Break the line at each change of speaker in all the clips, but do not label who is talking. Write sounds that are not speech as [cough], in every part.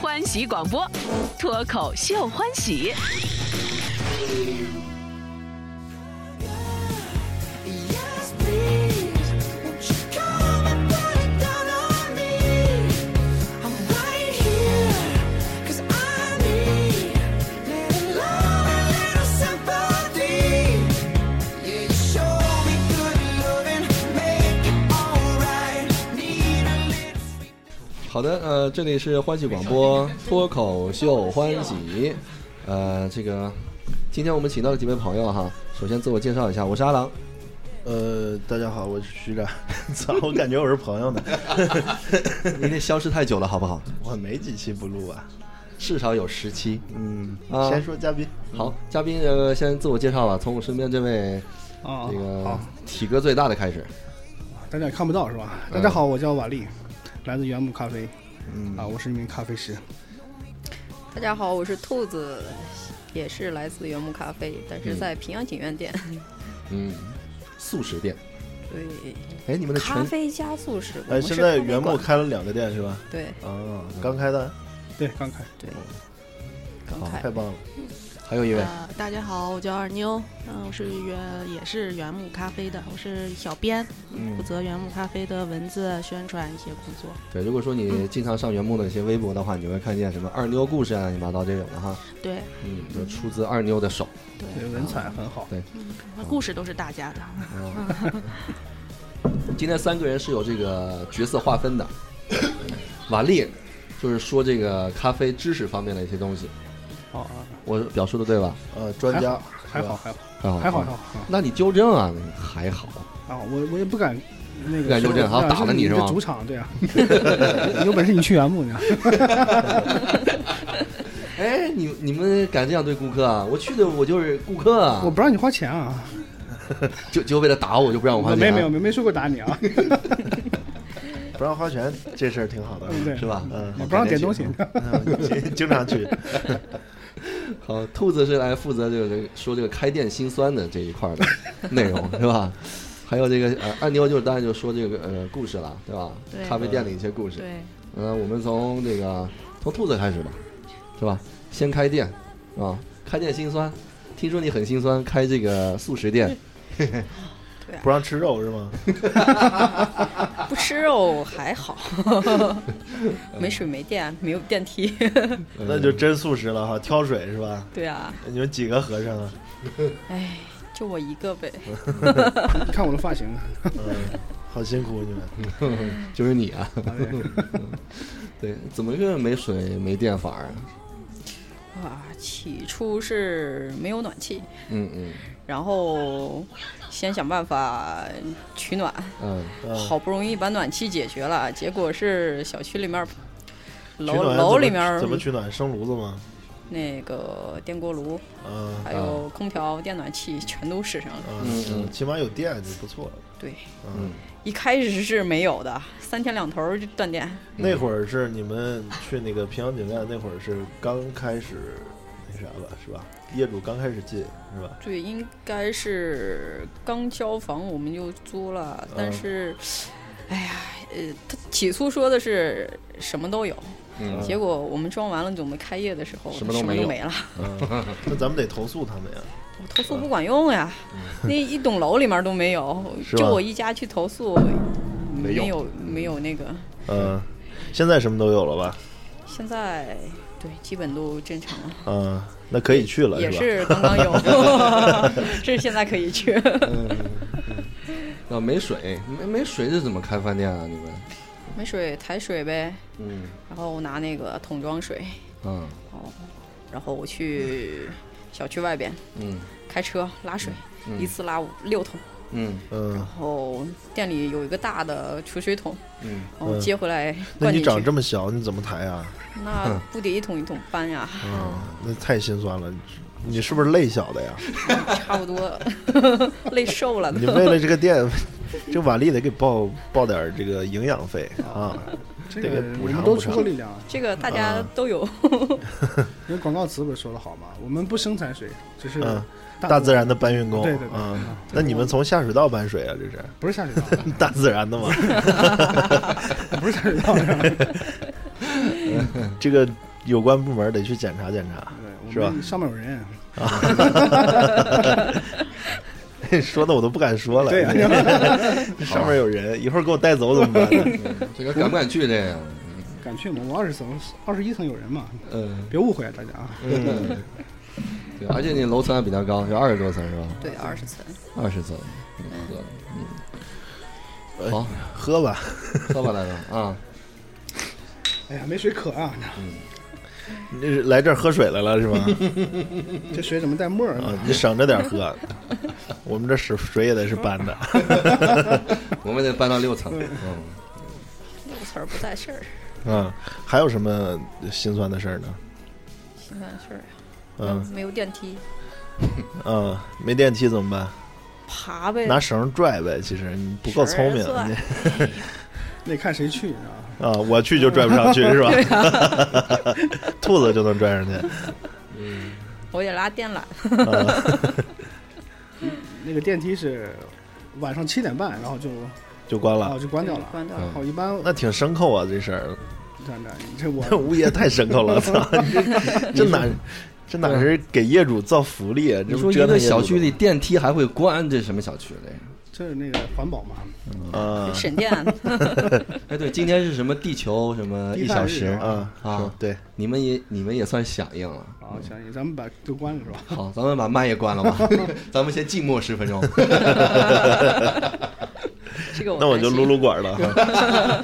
欢喜广播，脱口秀欢喜。
Yes, please. Won't you come and put it down on me? I'm right here, 'cause I need little love and little sympathy. Yeah, you show me good loving, make it alright. Need a little sweet.
好的，呃，这里是欢喜广播脱口秀欢喜，呃，这个今天我们请到了几位朋友哈，首先自我介绍一下，我是阿郎，
呃，大家好，我是徐展。 [laughs] 操，我感觉我是朋友呢。 [laughs]
你得消失太久了好不好？
我没几期不录啊。
至少有十期。
嗯，
啊
先说嘉宾。
好，嘉宾呃，先自我介绍吧，从我身边这位
啊，
这个
好，
体格最大的开始。
大家也看不到是吧？大家好，我叫瓦力，来自原木咖啡，啊，我是一名咖啡师。
大家好，我是兔子，也是来自原木咖啡，但
嗯
是在平阳景苑
[laughs]
店。
嗯，素食店，
对，
哎，你们的
咖
全
啡加速食。我
哎，
们
现
是
在
咖啡
原木
馆
开了两个店是吧？
对
啊，刚开的，
对，刚开。
对，刚
好，
开
太棒了。
还有一位，
呃，大家好，我叫二妞，嗯、我是原也是原木咖啡的，我是小编，
嗯
嗯
负责原木咖啡的文字宣传一些工作。
对，如果说你经常上原木的一些微博的话，你会看见什么二妞故事啊，乱七八糟这种的哈，
对
嗯，就出自二妞的手。
对，
对，文采很好。
哦
那故事都是
[laughs]
大家的。
今天三个人是有这个角色划分 [laughs] 的。瓦力就是说这个咖啡知识方面的一些东西，
好啊，
我表述的对吧？
呃，专家
还好，还好，
还好，
还好，还。好，
那你纠正啊，还好，
啊，我我也不敢那
不
个
敢
说。
纠正好
对啊
打了
是
你是
的
吗
主场对啊， [laughs] 有本事你去原木呢。
哎，你你们敢这样对顾客啊？我去的我就是顾客啊，
我不让你花钱啊！
就就为了打我，就不让我花钱、啊，
没没有没没说过打你啊， [laughs]
不让花钱，这事儿挺好的。
对
是？吧？
嗯，
我不让点东西。
嗯，经常去。
好，兔子是来负责这个说这个开店辛酸的这一块 [laughs] 儿的内容，是吧？还有这个呃，按妞就是当然就说这个呃故事了，对吧？
对
咖啡店的一些故事。
对，
嗯、我们从这个从兔子开始吧，是吧？先开店啊，开店心酸。听说你很心酸，开这个素食店，
不让吃肉是吗？
不吃肉
[laughs]
还好，没水没电，没有电梯。 [laughs]
那就真素食了哈，挑水是吧？
对啊，
你们几个和尚啊？
哎，就我一个呗。
你看我的发型，
嗯，好辛苦你们。
就是你啊。
啊对
[laughs] 对，怎么越没水没电法儿？
啊，起初是没有暖气，
嗯嗯
然后先想办法取暖，
嗯，
嗯
好不容易把暖气解决了，结果是小区里面儿
取
楼
暖怎
楼
么
里面儿
怎么取暖？生炉子吗？
那个电锅炉，
嗯
还有空调、电暖气全都使上了。
嗯嗯，起码有电就不错了。
对，
嗯，
一开始是没有的，三天两头儿就断电。
那会儿是你们去那个平阳景苑，那会儿是刚开始那啥吧，是吧？业主刚开始进是吧？
对，应该是刚交房我们就租了，但是，哎呀，呃，他起诉说的是什么都有，
嗯
结果我们装完了准备开业的时候，
什
什
么
么
都没有
没了。
那咱们得投诉他们呀。
我投诉不管用呀，那一栋楼里面都没有，
是吧
就我一家去投诉，没有没有那个，
嗯，现在什么都有了吧？
现在对基本都正常了。
嗯，那可以去了
也
吧？
是刚刚有，
[laughs]
[laughs] 这是现在可以去。
要没水，没没水是怎么开饭店啊？你们？
没水抬水呗，
嗯
然后拿那个桶装水，
嗯
然后我去小区外边
嗯
开车拉水，一次拉五六桶。
嗯
嗯，
然后店里有一个大的储水桶，
嗯，
然后
嗯
接回来
那
灌
你
进
长
去
这。么小，你怎么抬啊？
那不得一桶一桶搬呀，
嗯那太心酸了。你是不是累小的
[laughs]
呀？
差
[laughs]
不多累瘦了
你
都。
为了这个店，这瓦力得给报报点儿这个营养费啊。
这
得
个
给补
我
偿
们都
补
出
偿
过力量，
[laughs] 这个大家
啊
都有，
有广告词不是说的好吗？我们不生产水，只是
嗯大自然的搬运工，
对对对
嗯
嗯
那你们从下水道搬水啊？这是
不是下水道， [laughs]
[laughs] 大自然的吗？
不是下水道，
这个有关部门得去检查检查。
对，
是
我
吧
们上面有人，
[laughs] 说的我都不敢说了。
对啊
[laughs] 上面有人，一会儿给我带走怎么办呢？
这个敢不敢去这个？
敢去吗？我们二十层、二十一层有人嘛，
呃
嗯，
别误会啊，大家啊。
嗯，
对，而且你楼层还比较高，就二十多层是吧？
对，二十层。
二十层，嗯，对，嗯，好，
喝吧，
喝吧，大哥啊，
哎呀，没水渴啊，
你这是来这儿喝水来了是吗？
这水怎么带沫儿
啊
呢？，
你省着点喝，我们这水水也得是搬的。
我们得搬到六层，嗯，
六词儿不在事儿，
嗯，还有什么心酸的事儿呢？
心烦事儿呀。
嗯
没有电梯，
嗯，没电梯怎么办？
爬呗。
拿绳拽呗。其实你不够聪明
绳儿拽
那看谁去啊？
你啊，我去就拽不上去是吧？ [laughs] 兔子就能拽上去。
我也拉电缆，
啊，
那个电梯是晚上七点半，然后就
就关
然后
了。
就关掉了。
关掉
然后一般
那挺牲口啊，这事儿，
站着，你这我
这 [laughs] 物业太牲口
[laughs]
了，操！这这哪这哪是给业主造福利啊？
你
这
说
不
一
折腾
个
业主
小区里电梯还会关，这什么小区这？
这是那个环保嘛，
啊
[laughs] 省电。
哎，对，今天是什么地球什么一小时
地毯日
啊啊
啊啊，，对，
你们也你们也算响应了。
啊，相信咱们把就关了是吧？
好，咱们把麦也关了
[laughs]
吧，咱们先静默十分钟。
这个我
那我
担
就
心
撸撸管了哈。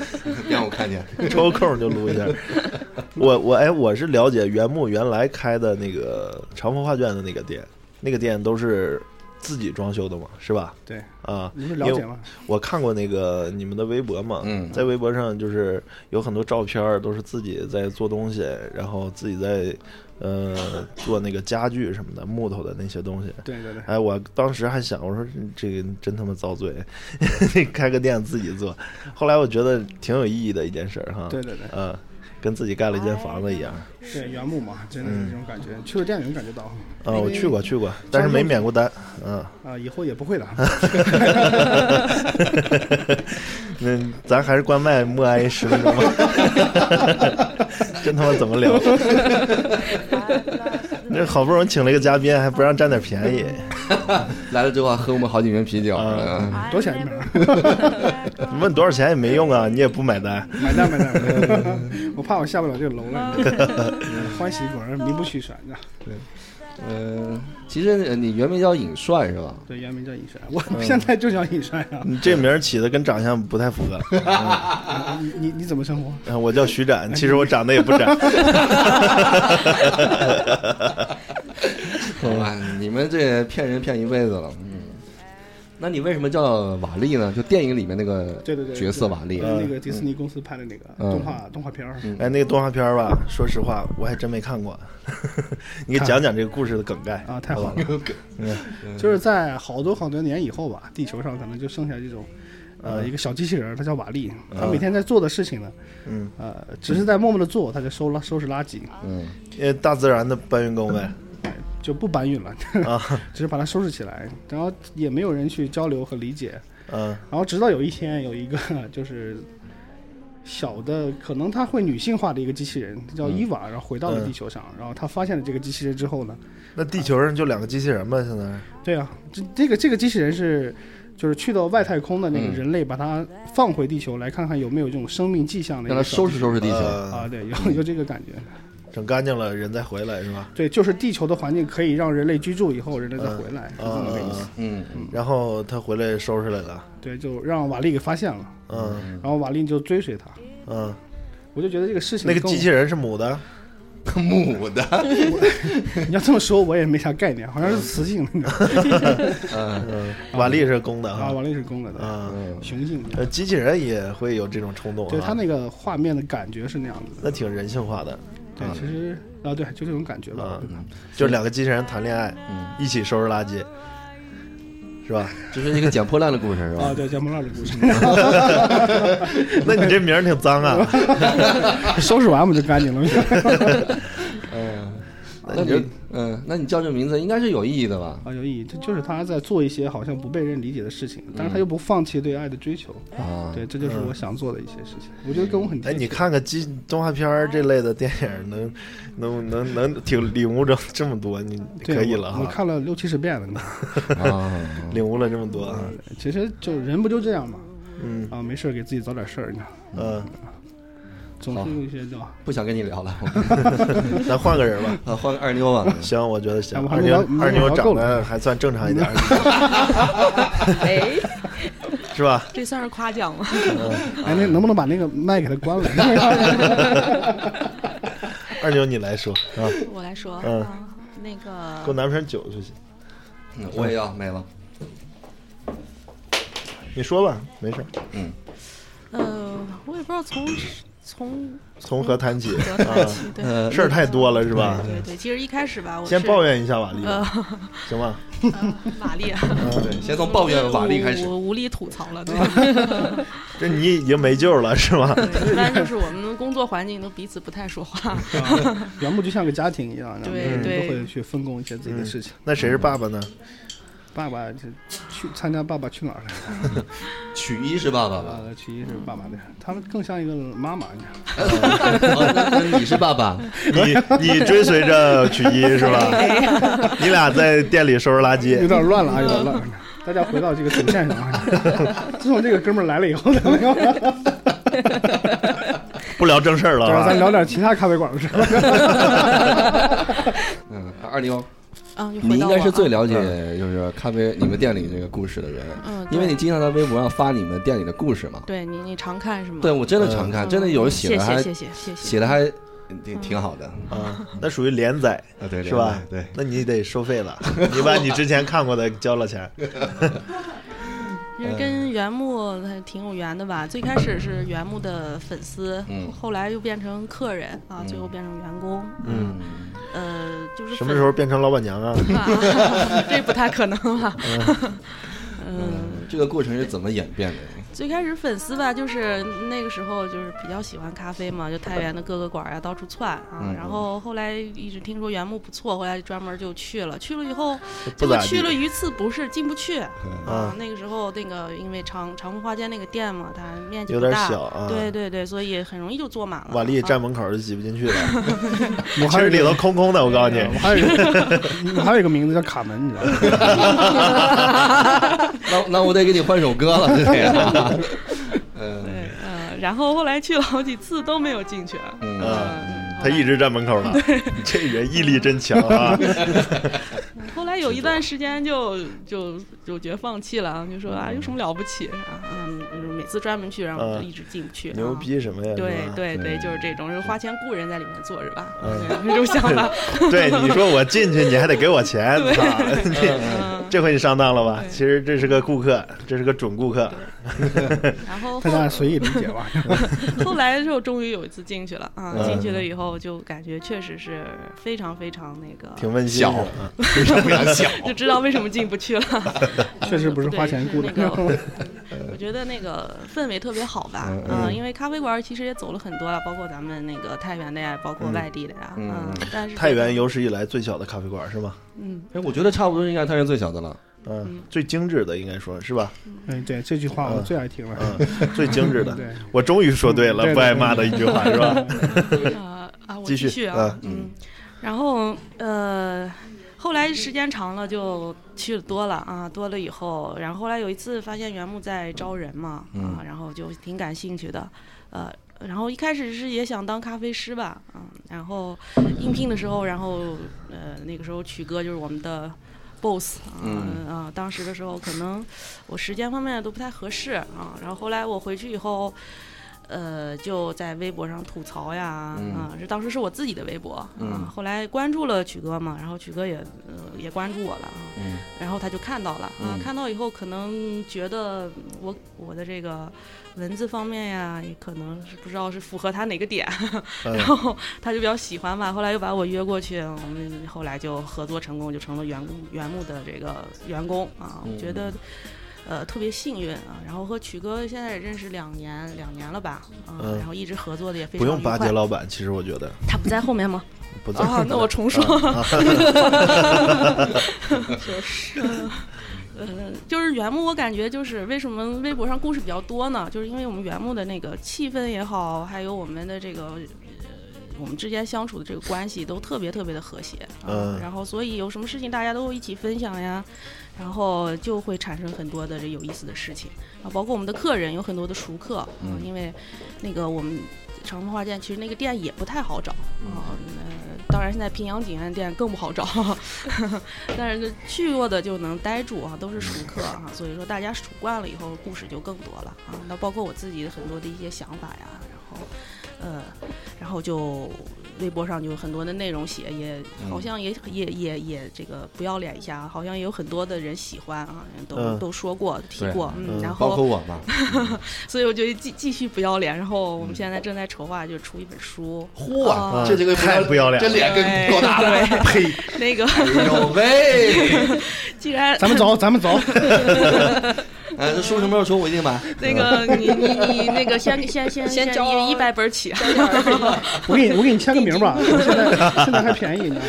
[laughs] 别让我看见。
抽空就撸一下。 [laughs] 我我哎，我是了解原木原来开的那个长风画卷的那个店，那个店都是自己装修的嘛，是吧？
对，
啊，
你们了解
因为
吗？
我看过那个你们的微博嘛，
嗯
在微博上就是有很多照片儿都是自己在做东西，然后自己在呃做那个家具什么的，木头的那些东西。
对对对，
哎，我当时还想，我说这个真他妈遭罪， [laughs] 开个店自己做。后来我觉得挺有意义的一件事儿哈。
对对对
嗯，跟自己盖了一间房子一样。
对原木嘛，真的是这种感觉。去了电影感觉到
嗯啊，我去过去过，但是没免过单。嗯，
啊，以后也不
[laughs]
会了。
[laughs] 那咱还是关麦默哀十分钟吧。 [laughs] 真他妈怎么聊？那好不容易请了一个嘉宾，还不让占点便宜。
[laughs] 来了之后还喝我们好几瓶啤酒，
啊
多少钱一瓶？
你问多少钱也没用啊，你也不买单。
买单买单，
[laughs]
买单 [laughs] 我怕我下不了这个楼了。你知道吗欢喜果然名不虚传啊呐。
嗯、其实呃你原名叫尹帅是吧？
对，原名叫尹帅，啊我
嗯
现在就叫尹帅啊。
你这名儿起的跟长相不太符合。
啊你你你怎么称呼？
啊我叫徐展，其实我长得也不展。
哇，哎你们这骗人骗一辈子了。嗯，那你为什么叫瓦力呢？就电影里面那个
对对对，呃
角色瓦力。
跟那个迪士尼公司拍的那个
嗯
动画动画片儿。
哎，那个动画片儿吧，说实话我还真没看过， [laughs] 你给讲讲这个故事的梗概
啊，太好
吧？
了！就是在好多好多年以后吧，地球上可能就剩下这种，
嗯
呃，一个小机器人儿，它叫瓦力，它每天在做的事情呢，
嗯，
呃，只是在默默的做，它在收垃收拾垃圾，
嗯，
呃，大自然的搬运工呗。
就不搬运了， [laughs]
啊，
只是把它收拾起来，然后也没有人去交流和理解，
嗯
然后直到有一天，有一个 [laughs] 就是小的，可能它会女性化的一个机器人，叫伊娃，然后回到了
嗯
地球上，然后他发现了这个机器人之后呢，
那地球上就两个机器人吧，现在是。
对啊，这这个这个机器人是，就是去到外太空的那个
嗯
人类，把它放回地球来看看有没有这种生命迹象的一
让
个
他
小
收拾收拾地球。
啊，
呃，
对，有有这个感觉，
整干净了，人再回来是吧？
对，就是地球的环境可以让人类居住以后，人类再回来，是这么个意思
啊。
嗯，
然后他回来收拾来了，
对，就让瓦力给发现了，
嗯
然后瓦力就追随他。
嗯，
我就觉得这个事情
那个
跟我
机器，人是母的，
母的。
[laughs] 你要这么说，我也没啥概念，好像是雌性的
嗯
嗯，瓦力是公的
啊，
哈
瓦，力是公的，对，
嗯，
嗯，
雄性的，
呃，机器人也会有这种冲动，
对
哈
它那个画面的感觉是那样子的，
那挺人性化的，
对，其实啊，对，就这种感觉吧，
嗯，就是两个机器人谈恋爱，
嗯
一起收拾垃圾，是吧？
这是一个捡破烂的故事是
啊，
吧？
对，江梦浪的
[laughs]
故事。 [laughs]
那你这名
[laughs]
儿挺脏啊，
收拾完我们就干净了。
嗯，那
那
你
你就
嗯，那你叫这名字应该是有意义的吧？
[laughs] 啊，有意义，这就是他在做一些好像不被人理解的事情，
嗯
但是他又不放弃对爱的追求。
啊，
对，这就是我想做的一些事情。我觉得跟我很
哎，你
贴切
看看机动画片儿这类的电影能，能能能挺领悟着这么多，你
对
可以
我
了
我
哈，
看了六七十遍了。
啊，
领悟了这么多啊，
其实就人不就这样嘛，
嗯
啊，没事儿给自己找点事儿呢，
嗯，
总是有一些对吧？
不想跟你
[laughs]
聊了，
咱换个人吧。
啊，换个二妞吧。
行，我觉得行
要。不
二
还是
妞
聊
二妞
聊
长
够了
得还算正常一点儿， [laughs]
哎，
是吧？
这算是夸奖吗？ [laughs]
哎，那能不能把那个麦给它关了？ [laughs]
二妞你来说啊，
我来说，
嗯
啊，那
给我
个
拿瓶酒就行。
嗯我也要没了。
你说吧，没事儿。
呃，我也不知道从从
从何谈起？
何谈起，对
呃，
事儿太多了是吧？
对对，其实一开始吧，我
先
是
抱怨一下瓦力
呃
[laughs]
吧，行吧？
玛丽，啊
对，先从抱怨瓦力开始
我。我无力吐槽
[laughs]
了，对。
这你已经没救了是吧？
对，一般就是我们工作环境都彼此不太说话，
原木就像个家庭一样，然后每
对
个人都
对
会去分工一些自己的事情。
那谁是爸爸呢？
爸爸就去参加《爸爸去哪儿》了，
曲一是爸爸吧？ [laughs]
呃，曲艺是爸爸的，他们更像一个妈妈一样。
哦那那你是爸爸？
你
[laughs]
你追随着曲一是吧？你俩在店里收拾垃
有
圾，
点乱了啊，有点乱了。 [laughs] 大家回到这个主线
[laughs]
上啊。自从这个哥们儿来了以后，咱们要
啊不聊正事儿了
咱咱
啊。
聊点其他咖啡馆的事儿。
嗯，二妞，
嗯，又
你
回到
应
我
该是
啊
最了解就是咖啡你们店里这个故事的人，
嗯，对
因为你经常在微博上发你们店里的故事嘛。
对你你常看是吗？
对，我真的常看，啊
嗯
真的有人写的还
谢嗯谢谢谢谢谢
写的还挺挺好的啊，
啊，那属于连载
对
是吧？
对，
那你得收费了， [laughs] 你把你之前看过的交了钱。
其实
嗯
跟原木还挺有缘的吧。最开始是原木的粉丝，
嗯
后来又变成客人啊，最后变成员工。
嗯，
呃，就是
什么时候变成老板娘啊？
粉丝吧？ [laughs] 这不太可能吧？嗯，
嗯这个过程是怎么演变的？
[laughs] 最开始粉丝吧，就是那个时候就是比较喜欢咖啡嘛，就太原的各个馆儿啊到处窜啊
嗯。
然后后来一直听说原木不错，后来就专门就去了。去了以后，
不
结果
咋地
去了一次不是进不去
啊
啊。那个时候那个因为长长虹花街那个店嘛，它面积
有
不
点
大
小啊
对对对，所以很容易就坐满了。
瓦力
啊
站门口就挤不进去了，
我
其
还
实
有
里头空空的。我告诉你，
我还有一个，我还有一个名字叫卡门，你知道吗？
那那我得给你换首歌了，这啊 [laughs] 样。嗯
对，嗯，然后后来去了好几次都没有进去。
嗯，
嗯
嗯，
他一直站门口了。这人毅力真强啊！
后来有一段时间就就就觉得放弃了啊，就说啊有什么了不起啊，嗯，就是每次专门去，然后我就
嗯
一直进不去。
牛
啊！
逼什么呀？
对
是吧
对
对
对，就是这种，就是花钱雇人在里面坐是吧？
嗯
对， [laughs] 这种想法。
[laughs] 对，你说我进去，你还得给我
[laughs]
钱，操！ [laughs] 你这回你上当了吧？
嗯对
其实这是个顾客，这是个准顾客。
然后
大
后
家随意理解
[laughs]
吧。
后来的时候，终于有一次进去了啊，
嗯
进去了以后就感觉确实是非常非常那个，
挺温馨的
小
啊
非常小。
就知道为什么进不去了。 [laughs]
确实不是花钱雇的
对是那个我觉得那个氛围特别好吧，
嗯
嗯、因为咖啡馆其实也走了很多了，包括咱们那个太原的呀，包括外地的呀，
嗯
嗯，但是
太原有史以来最小的咖啡馆是吗？
嗯，
哎，我觉得差不多应该他是最小的了。
嗯，最精致的应该说是吧？
[laughs] 嗯，对，这句话我最爱听了。
嗯，最精致的
对。
我终于说对了，
对对
不挨骂的一句话是吧？
啊啊，我
继
继
续
续
啊
啊，嗯，然后呃，后来时间长了就去的多了啊，多了以后，然后后来有一次发现原木在招人嘛，
嗯
啊，然后就挺感兴趣的，呃。然后一开始是也想当咖啡师吧，嗯，然后应聘的时候，然后呃那个时候曲哥就是我们的 boss 啊、
嗯
啊，当时的时候可能我时间方面都不太合适啊，然后后来我回去以后，呃，就在微博上吐槽呀，
嗯
啊，是当时是我自己的微博，
嗯
啊，后来关注了曲哥嘛，然后曲哥也呃也关注我了，啊，
嗯
然后他就看到了，
嗯，
啊看到以后可能觉得我我的这个文字方面呀，也可能是不知道是符合他哪个点，
嗯
然后他就比较喜欢吧，后来又把我约过去，我们
嗯
后来就合作成功，就成了原原木的这个员工啊，我觉得。呃特别幸运啊。然后和曲哥现在也认识两年两年了吧，啊
嗯
然后一直合作的也非
不
常
用
愉
巴结
快。
老板，其实我觉得
他不在后面吗？
不在
哦
啊，那我重说，
呃，就是原木，我感觉就是为什么微博上故事比较多呢？就是因为我们原木的那个气氛也好，还有我们的这个呃，我们之间相处的这个关系都特别特别的和谐。啊
嗯
然后所以有什么事情大家都会一起分享呀，然后就会产生很多的这有意思的事情。啊，包括我们的客人有很多的熟客，啊
嗯
因为那个我们长风花店其实那个店也不太好找啊、呃当然现在平阳景苑店更不好找，但是去过的就能待住啊，都是熟客啊，所以说大家熟惯了以后，故事就更多了啊。那包括我自己很多的一些想法呀，然后呃，然后就微博上就有很多的内容写，也
嗯
好像也、也也也这个不要脸一下，啊好像也有很多的人喜欢啊，都、
嗯
都说过提
对
过，嗯，
嗯
然后
包括我嘛，
所以我就继继续不要脸，然后我们现在正在筹划，就出一本书。
[laughs] 嗯嚯
啊
这这个
嗯太不要脸
这脸跟够大的，
呸！
那个，
哎呦喂！
[laughs] 既然
咱们走，咱们走。
哎，这书什么时候出我一定买。
那个你你你那个先先先
先交
一一百本起啊，
[laughs] 我给你，我给你签个名吧。我现在现在还便宜呢，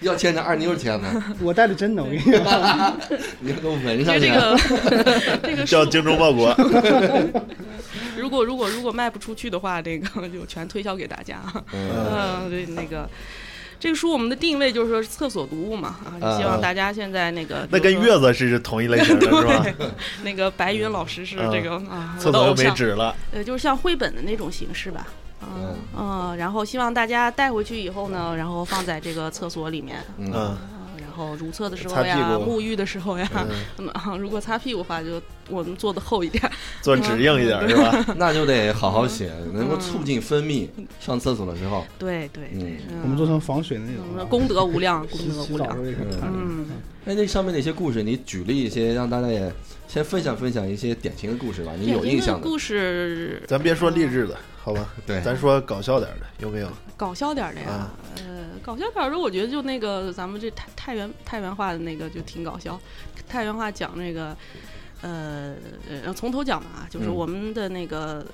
要签的二妞签的，
我带的真的，我跟你讲。
你要给我纹
就
上
是
去
[laughs] 这
啊。
个这个
叫
书，
精忠报
[laughs]
国，
如果如果如果卖不出去的话，这个就全推销给大家。
嗯
嗯，对那个。这个书我们的定位就是说是厕所读物嘛，啊，就希望大家现在那个
嗯那跟
比如说
月子是同一类型的，是吧？
那个白云老师是这个啊，
嗯
我
厕
的
所又
偶
没
像，
纸了，
呃，就是像绘本的那种形式吧，
嗯
嗯，然后希望大家带回去以后呢，然后放在这个厕所里面，
嗯，
嗯，
啊然后如厕的时
擦
候
屁
呀，
股
沐浴的时候呀，
嗯
嗯啊如果擦屁股的话，就我们做的厚一点。
做纸硬一点是吧？
嗯
那就得好好写，能够促进分泌。上厕所的时候，
对对对，嗯
我们做成防水的那
我们
种
说
啊。
功德无量，功
洗
德
洗
无
澡的时
量
候。也可以看。
嗯，
哎，那上面那些故事，你举例一些，让大家也先分享分享一些典型的故事吧，你有印象的。
故事
[laughs] 咱别说励志的，好吧？
对
咱说搞笑点的，有没有？
搞笑点儿的呀
啊，
呃，搞笑点儿的，我觉得就那个咱们这太太原太原话的那个就挺搞笑。太原话讲那个，呃，呃从头讲嘛，就是
嗯
我们的那个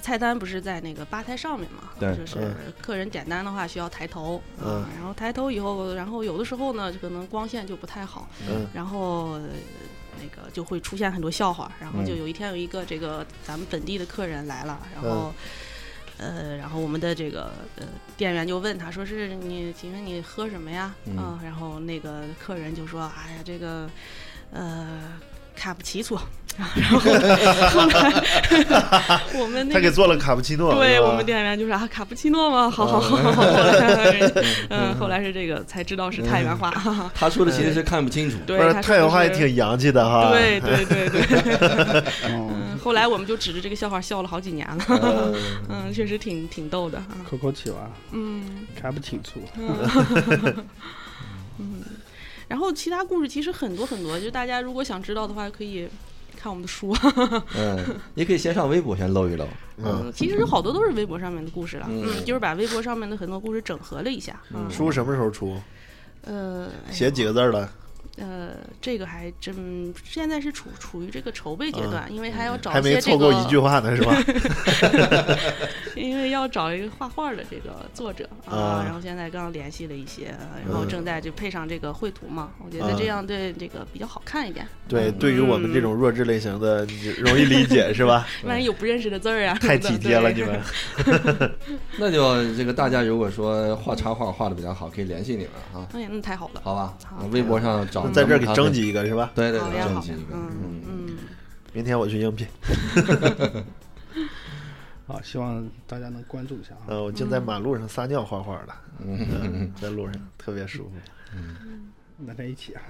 菜单不是在那个吧台上面嘛，
对
就是
嗯
客人点单的话需要抬头，
嗯
啊，然后抬头以后，然后有的时候呢，可能光线就不太好，
嗯
然后。呃那个就会出现很多笑话，然后
嗯
就有一天有一个这个咱们本地的客人来了，然
嗯
后呃，然后我们的这个呃店员就问他说：“是你，请问你喝什么呀？”
嗯
啊然后那个客人就说：“哎呀，这个呃卡布奇诺。”然后后来我们那
他给
个。
做了卡布奇诺，
嗯对
是吧
我们店员就说啊，卡布奇诺吗？好好好好好。后来，嗯，后来是这个才知道是太原话。
他说的其实是看不清楚，
对
不，是
他
太
说
原话也
是
挺洋气的哈。
对对对对。
嗯，
嗯后来我们就指着这个笑话笑了好几年了。
呃
[laughs] 嗯，确实挺挺逗的啊。
口口起吧，
嗯。
卡布挺醋。
嗯
[laughs] 嗯然后其他故事其实很多很多，就是大家如果想知道的话，可以看我们的书。
嗯，也可以先上微博先搂一搂。
[laughs] 嗯，
其实有好多都是微博上面的故事了，
嗯
嗯，就是把微博上面的很多故事整合了一下。嗯，
书什么时候出？
呃，哎呀
写几个字儿了？
呃，这个还真现在是处处于这个筹备阶段，因为还要找
嗯还
一些
没
这
凑够
个，
一句话呢，是
[laughs]
吧？
因为要找一个画画的这个作者
啊嗯
然后现在刚联系了一些，然后正在就配上这个绘图嘛，我觉得
啊
这样对这个比较好看一点。
对，对于我们这
嗯
种弱智类型的，你容易理解是吧？
万一有不认识的字儿啊什么
[laughs] 太
的，
体贴了，
对
你们。
[laughs]
那就这个大家如果说画插画画的比较好，可以联系你们啊，
哎呀，那太好了。
好吧
好？
微博上找，
在这儿给征，集一个是吧？
对对，
好
对
呀，
征
好
集
呀
一，个，
嗯
嗯，
嗯，
明天我去应聘。
啊，希望大家能关注一下啊。
嗯，我竟在马路上撒尿画画的，嗯，在路上特别舒服。
大家一起 [laughs] 啊，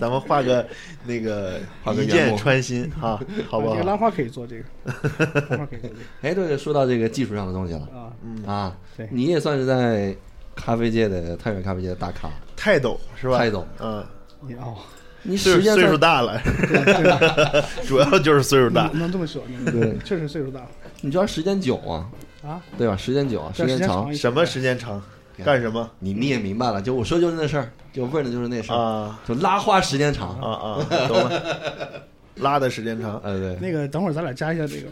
咱们画个那个
画个
一
圆
箭
梦
穿心哈，好不
[laughs] 这个
好
兰？花可以做这个，兰花可以做这
哎，对，说到这个技术上的东西了
个啊。
嗯
啊
对，
你也算是在咖啡界的太原咖啡界的大咖，
[laughs] 泰斗是吧？
泰斗
嗯，
你哦，
你
岁
时间
岁数
算
大了， [laughs] 主要就是岁数
[laughs]
大
能。能这么说，能
对
[laughs] 确实岁数大了
你知道时间久啊，
啊，
对吧？时间久啊，
但
间
时间长
长
一，些
什么时间长？干什么
你你也明白了，就我说就是那事儿，就问的就是那事儿，
啊
就拉花时间长
啊。啊，懂了，拉的时间
[laughs]
长，
呃，对，
那个等会儿咱俩加一下这个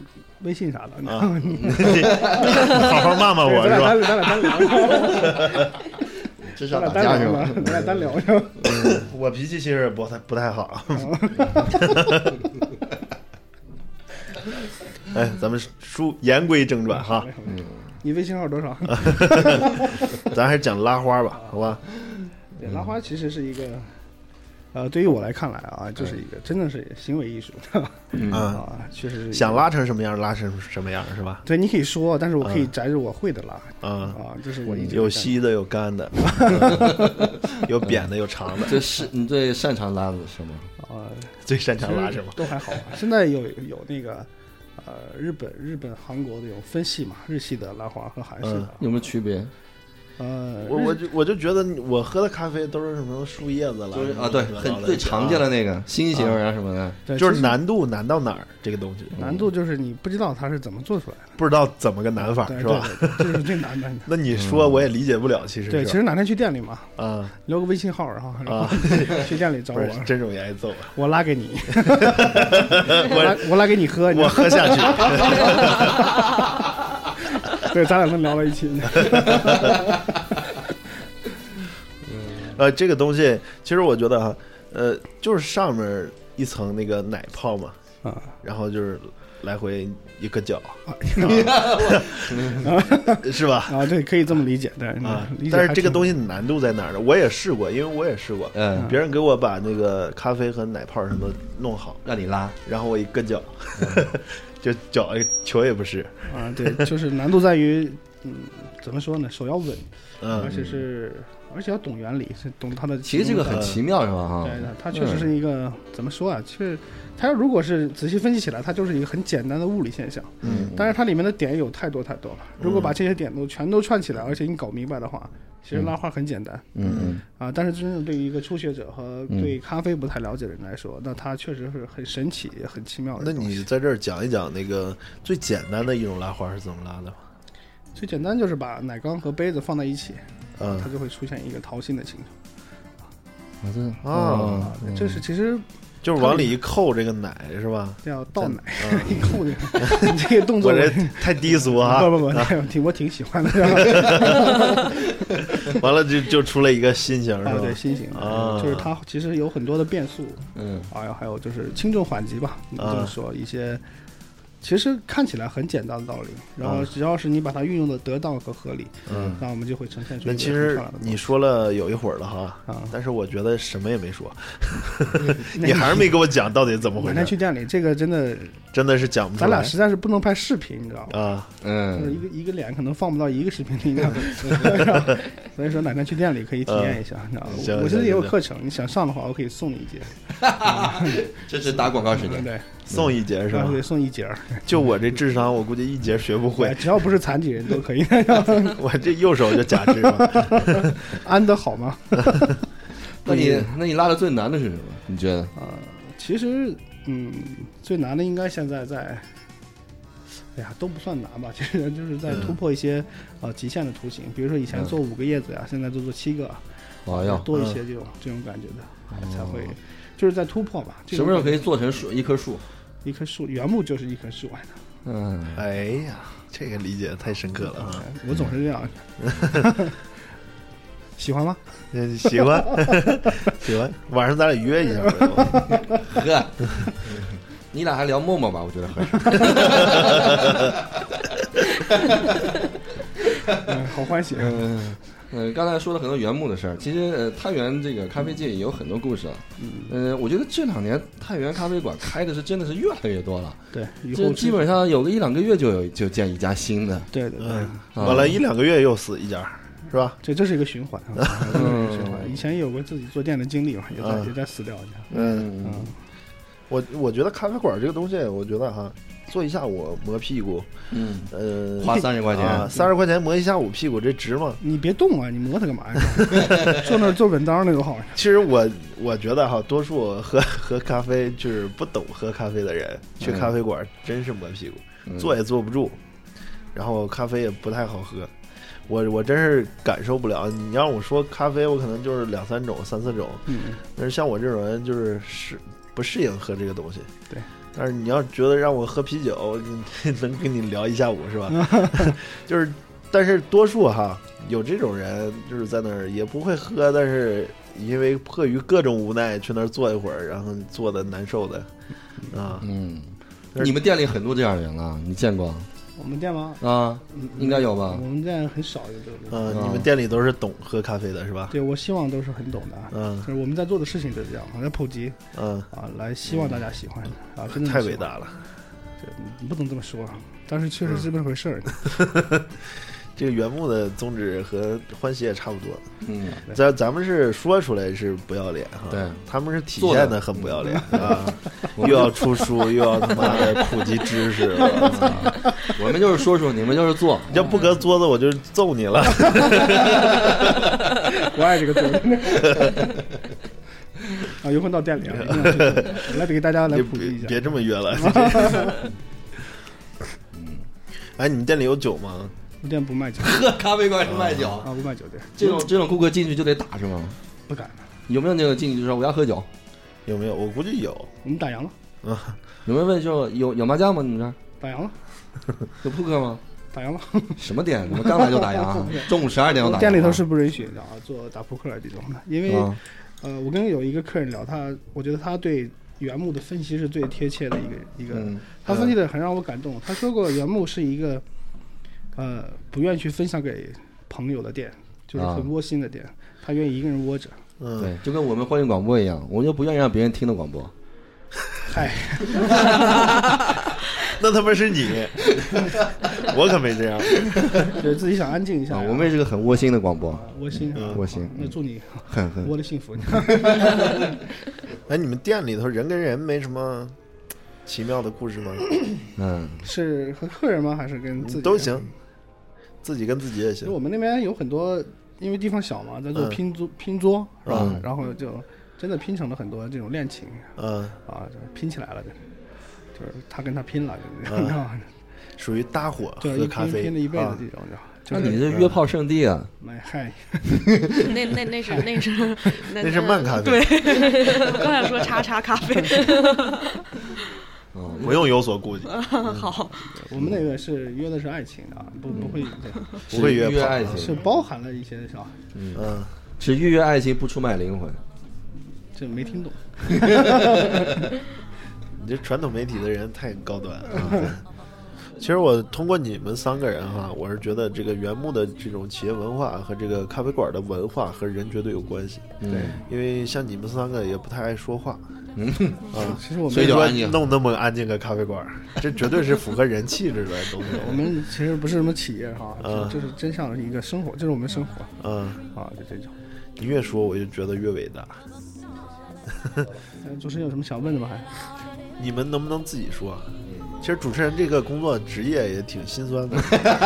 微信啥的，你
啊
看你
好好骂
[laughs]
骂我
咱
是吧？
俩咱俩单聊，
至少
咱俩
打
单
架是
聊吧
吧？，
咱俩
[laughs]
单聊一下。 [laughs]
[laughs] 我脾气其实不太不太好。哎，咱们书言归正传哈，
你微信号多少？
咱还是讲拉花
嗯
吧，好吧？
对，拉
嗯
花其实是一个，呃，对于我来看来啊，
哎
就是一个真的是行为艺术
嗯，
啊，确实是一个
想。拉成什么样拉成什么样是吧？
对你可以说，但是我可以摘着我会的拉
嗯，
啊，这是我一直
有
在
稀的，有干的， [laughs] 有扁的，有长
[laughs]
的，
这是你最擅长拉的是吗？
啊，
最擅长拉
其
什
实
么？
都还好
[laughs]
吧。现在有有那个呃，日本、日本、韩国的有分系嘛，日系的拉花和韩系的，
嗯
有没有区别？
呃，
我
日
我就我就觉得我喝的咖啡都是什么树叶子了，
就是啊，对，很最常见的
的
那个心形啊什么的，
对
就是
其实
难度难到哪儿这个东西，
难度就是你不知道它是怎么做出来的，
不知道怎么个难法
对
是
对
吧？
对，这是最
[laughs]
难的。
那你说我也理解不了，其实
嗯对，
是
其实哪天去店里嘛，
啊
留个微信号，然后然
啊
后，
[laughs]
去店里找
不
我
是，真容易挨揍
[laughs]
啊！
我拉给你，我拉
我
我拉给你喝，你知
我
道
喝下去，[laughs]
[laughs] 对，咱俩能聊到一起。 [laughs]
呃，这个东西其实我觉得哈，呃，就是上面一层那个奶泡嘛，
啊，
然后就是来回一个
[laughs]
脚， [laughs] 是吧？
啊，对，可以这么理解，对，
啊
嗯理解，
但是这个东
西，
西难度在哪儿呢？我也试过，因为我也试过，
嗯，
别人给我把那个咖啡和奶泡什么弄好，
让你拉，
然后我一个脚，
嗯
[laughs] 就脚球也不是，
啊，对，就是难度在于，嗯，怎么说呢，手要稳，而
嗯，
且是，而且要懂原理，是懂它的。
其实这个很奇妙是吧？哈
嗯
嗯
对，，
啊
它
嗯
确实是一个怎么说啊？是它如果是仔细分析起来，它就是一个很简单的物理现象。
嗯，
但是它里面的点有太多太多了。如果把这些点都全都串起来，而且你搞明白的话，
嗯
其实拉花很简单。
嗯嗯。
啊，但是真正对于一个初学者和对
嗯
咖啡不太了解的人来说，那它确实是很神奇、也很奇妙的
那
东西。
你在这儿讲一讲那个最简单的一种拉花是怎么拉的吧？
最简单就是把奶缸和杯子放在一起，
嗯
它就会出现一个桃心的形状。
啊，这
啊，
这是其实
就是往里一扣这个奶是吧？
叫倒奶， [laughs] 你看我这个你这个动作
嗯我
我，
这 [laughs] 太低俗啊！
不不不，我挺我挺喜欢的。
[laughs]
啊，
完了就就出了一个新型是吧？
对，新型
啊
的，就是它其实有很多的变速，
嗯
哎呀，还有就是轻重缓急吧，你这
啊
么说一些，其实看起来很简单的道理，然后只要是你把它运用的得当和合理，
啊嗯，
那我们就会呈现出一
那
个
其
很
实
漂亮的东西。
你说了有一会儿了哈
啊，
但是我觉得什么也没
[laughs]
说，
那
你还是没给我讲到底怎么
晚
回
上
事，
去店里，这个真的，
真的是讲不出
咱俩
来
实在是不能拍视频，你知道吗？
啊。
就是一
嗯，
个一个脸可能放不到一个视频里
[laughs]
面，所以说哪天去店里可以体验一下，你知道吗？
啊行
我我现在也有
行
课程，你想上的话，我可以送你一节，
这是打广告时
对
间，
对，
送一节是吧
然后？可以送一节儿，
就我这智商，我估计一节学不会
[laughs] 对，，只要不是残疾人都可以， [laughs]
我这右手就假肢了。
安得好吗？
那你那你拉的最难的是什么？你觉得？
啊，其实，嗯，最难的应该现在在，哎呀，都不算难吧，其实就是在突破一些、呃极限的图形，比如说以前
嗯
做五个叶子呀、现在就做七个，
哎呀，
多一些这种、这种感觉的，哎才会就是在突破嘛。这
什
种
么时候
感
可
觉
以做成树一棵树？
一棵树，原木就是一棵树哎
嗯，
哎呀，这个理解太深刻了啊！
我总是这样。
嗯
[laughs] 喜欢吗？ [laughs]
嗯喜欢， [laughs] 喜欢，晚上咱俩约一下吧。
[laughs]
呵， [laughs] 你俩还聊陌陌吧？我觉得合适。
嗯，好欢喜。
嗯。呃，刚才说了很多原木的事儿，其实呃，太原这个咖啡界也有很多故事了。嗯，呃，我觉得这两年太原咖啡馆开的是真的是越来越多了，
对，以
这
后
基本上有个一两个月就有就见一家新的。
对对对，
嗯，完了，一两个月又死一家，是吧？
这这是一个循环啊，
[laughs]
这是一个循环。
嗯
以前也有过自己做店的经历嘛，也在、
嗯
也在死掉一下。
嗯
嗯，
我我觉得咖啡馆这个东西，我觉得哈，做一下午磨屁股，
嗯，
呃，
花三十块钱，
三十块钱磨一下午屁股，这值吗？
你别动啊，你磨它干嘛呀？ [laughs] 坐那儿做稳当那多好呀！
其实我我觉得哈，多数喝 [laughs] 喝咖啡就是不懂喝咖啡的人，去
嗯
咖啡馆真是磨屁股，
嗯
坐也坐不住，然后咖啡也不太好喝，我我真是感受不了。你让我说咖啡，我可能就是两三种、三四种，
嗯，
但是像我这种人就是适不适应喝这个东西。
对。
但是你要觉得让我喝啤酒，你能跟你聊一下午是吧？ [laughs] 就是，但是多数哈有这种人，就是在那儿也不会喝，但是因为迫于各种无奈去那儿坐一会儿，然后坐的难受的啊。
嗯，
但是
你们店里很多这样的人啊，你见过
我们店吗？
啊？应该有吧
我？们店很少有这种东
嗯，
西。
嗯
你们店里都是懂喝咖啡的是吧？
啊对我希望都是很懂的啊，
嗯
就是我们在做的事情就是这样，我在普及
嗯，
啊，来希望大家喜欢啊，真的
太
喜
伟
欢
大嗯了！
你不能这么说，啊但是确实是这么回事
[laughs]
儿。
这个原木的宗旨和欢喜也差不多，
嗯，
对
咱咱们是说出来是不要脸哈，
对
他们是体
做的
现的很不
嗯 [laughs]
要脸啊，
我
又要出书，又要他妈的普及知识，我
[laughs]
操
我们就是说说，你们就是做。
要不搁桌子我就揍你了。
我爱这个字。
[laughs]
啊，有空到店里啊，一定要去我来给大家来
你
普及一
别
下。
别这么约
[laughs]
了。你这哎，你们店里有酒吗？
我店不卖酒
[laughs] 喝咖啡馆是卖酒，
啊，不卖酒对，
这种这种顾客进去就得打是吗？
不敢。
有没有那种进去就说我要喝酒？
有没有？我估计有。
我们打烊了，
有没有问说有有麻将吗？你们这儿
打烊了，
有扑克吗？[laughs]
打烊了。
什么店？你们刚来就打烊？啊中午十二点就打烊？
店里头是不允许的啊，做打扑克这种的，因为
啊，
呃，我跟有一个客人聊，他我觉得他对原木的分析是最贴切的一个一个
嗯
他分析的很让我感动。他说过，原木是一个，呃，不愿意去分享给朋友的店，就是
啊
很窝心的店。他愿意一个人窝着。
嗯，
对，就跟我们欢迎广播一样，我们就不愿意让别人听的广播。
嗨，
那他妈是
[laughs]
你，我可没这样。
对自己想安静一下
啊，
呀。
我们也是个很窝心的广播，
啊窝心啊，
窝心嗯
好那祝你
很很
窝的幸福。
哎，你们店里头人跟人没什么奇妙的故事吗？嗯
嗯，
是和客人吗？嗯还是跟自己？
都行。，自己跟自己也
其
行
实。我们那边有很多，因为地方小嘛，在做
嗯
拼桌拼桌是吧
嗯？
然后就真的拼成了很多这种恋情
嗯，
啊，就是拼起来了，就是就是他跟他拼了，就
嗯
是 [laughs] 你知道吗？
属于搭伙
就是
喝
一
咖
拼
啡
拼了一辈子
啊
这种就
那
就是
你这约炮圣地啊，
买嗨，
那那那是那是
[laughs]
那
那是慢咖啡
对， [laughs] 我刚想说叉叉
[laughs]
咖啡。
嗯，
不用有所
[laughs]
顾忌，
好，
我们那个是约的是爱情啊，
嗯
不不
[laughs]
会这样，
不会
约
约炮
爱
是
情，
包含了一些啥？
嗯，
是预约爱情不出卖灵魂。
这没听懂。
你这传统媒体的人太高端了。啊 [laughs] 其实我通过你们三个人哈，我是觉得这个原木的这种企业文化和这个咖啡馆的文化和人绝对有关系，
对，
因为像你们三个也不太爱说话，啊，
其实我
所
们
以就
说
安静
弄那么安静个咖啡馆，这绝对是符合人气质的
[laughs]
东西。
我们其实不是什么企业哈，
嗯
就就是真像是一个生活，就是我们生活
嗯，
啊，就这种。
你越说我就觉得越伟大。
呃主持人有什么想问的吗？还
你们能不能自己说？其实主持人这个工作职业也挺心酸
[laughs]
的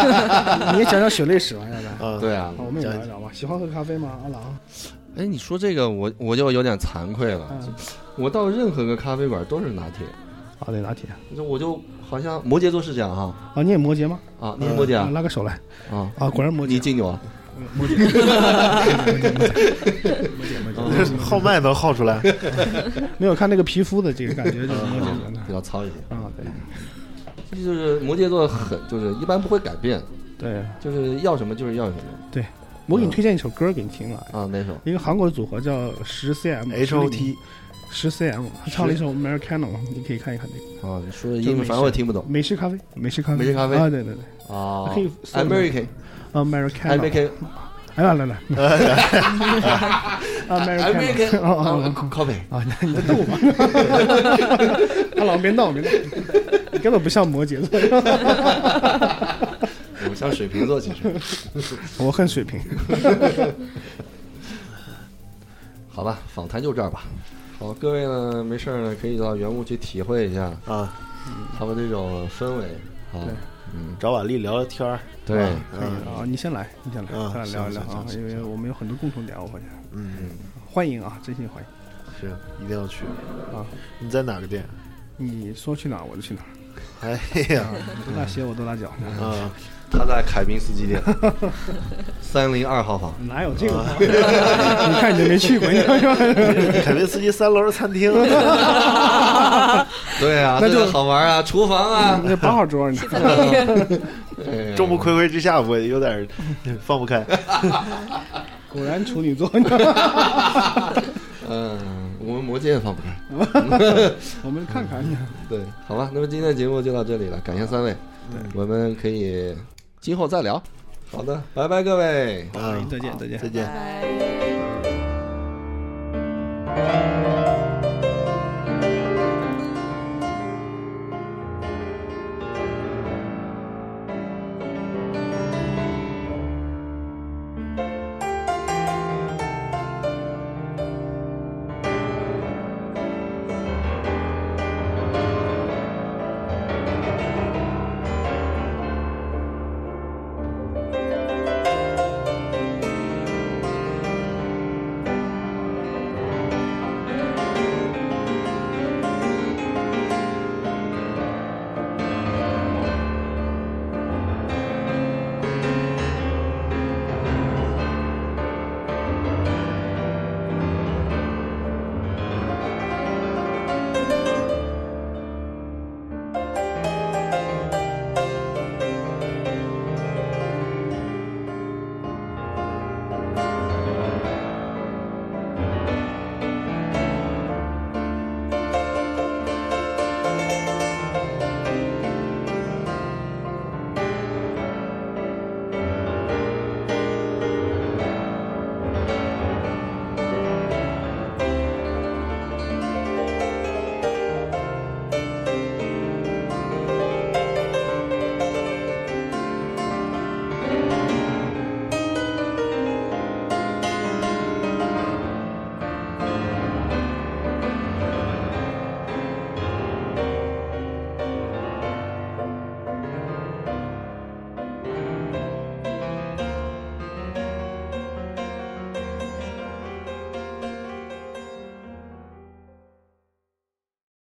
[laughs] 你也讲讲血泪史吧，要不然。
啊。
对，啊
啊，，我们也
讲一
聊一聊吧。喜欢喝咖啡吗，阿郎？
哎，你说这个我我就有点惭愧了，
嗯，
我到任何个咖啡馆都是拿铁，
啊，对，拿铁。
那我就好像摩羯座是这样哈，
啊，你也摩羯吗？
啊，你是摩羯
啊，
啊
拉个手来。
啊，
啊，果然摩羯。
你金牛啊，
摩羯。摩羯摩羯摩羯摩羯摩羯。
号脉能号
[laughs]
出来，
嗯
没有看那个皮肤的这个感觉，就是摩羯座的
比。较糙一些，
啊，对
这就是摩羯座很就是一般不会改变，
对。
就是要什么就是要什么
我给你推荐一首歌给你听啊，
啊，哪首？
一个韩国的组合叫十 cm
HOT
十 cm，他唱了一首 Americano，你可以看一看这个
啊，你说的英文反正我也听不懂
美式咖啡，美式咖啡，
美式咖啡
啊，对对对
啊
可以搜一下
，American
，Americano，
American
哎来 [laughs] 来来，Americano，
American
哦哦哦
Coffee，
啊，你在逗我？阿郎别闹别闹，你根本不像摩羯座，
我像水瓶座其实，
我恨水瓶。
好吧，访谈就这儿吧。好，各位呢，没事儿呢，可以到原屋去体会一下
啊，
他们这种氛围啊。
找瓦力聊聊天儿。
对，
可以啊，你先来，你先来，
啊
咱俩聊一聊啊，
行行行
因为我们有很多共同点，我发现。
嗯，
欢迎啊，真心欢迎。
是一定要去
啊！
你在哪个店？
你说去哪儿我就去哪儿，
[laughs]
哎呀，
多大鞋我多大脚，
啊，
他在凯宾斯 [laughs] 基店，三零二号房。
哪有这个？
啊
啊 [laughs] 你看你就没去过，你知道吗
[laughs] 凯宾斯基三楼是
[laughs]
餐厅，
对啊，
那就
这个好玩啊，厨房啊，
那八号桌呢？
哎
众目睽睽之下我有点儿放不开。
果然处女座，你知道吗 [laughs]
嗯，我们魔戒也放不开。
我们看看
嗯
你。
对，好吧，那么今天的节目就到这里了，感谢三位，我们可以今后再聊。好的，拜拜，各位。
啊，
哎再见，再见
哎
再。见。
拜。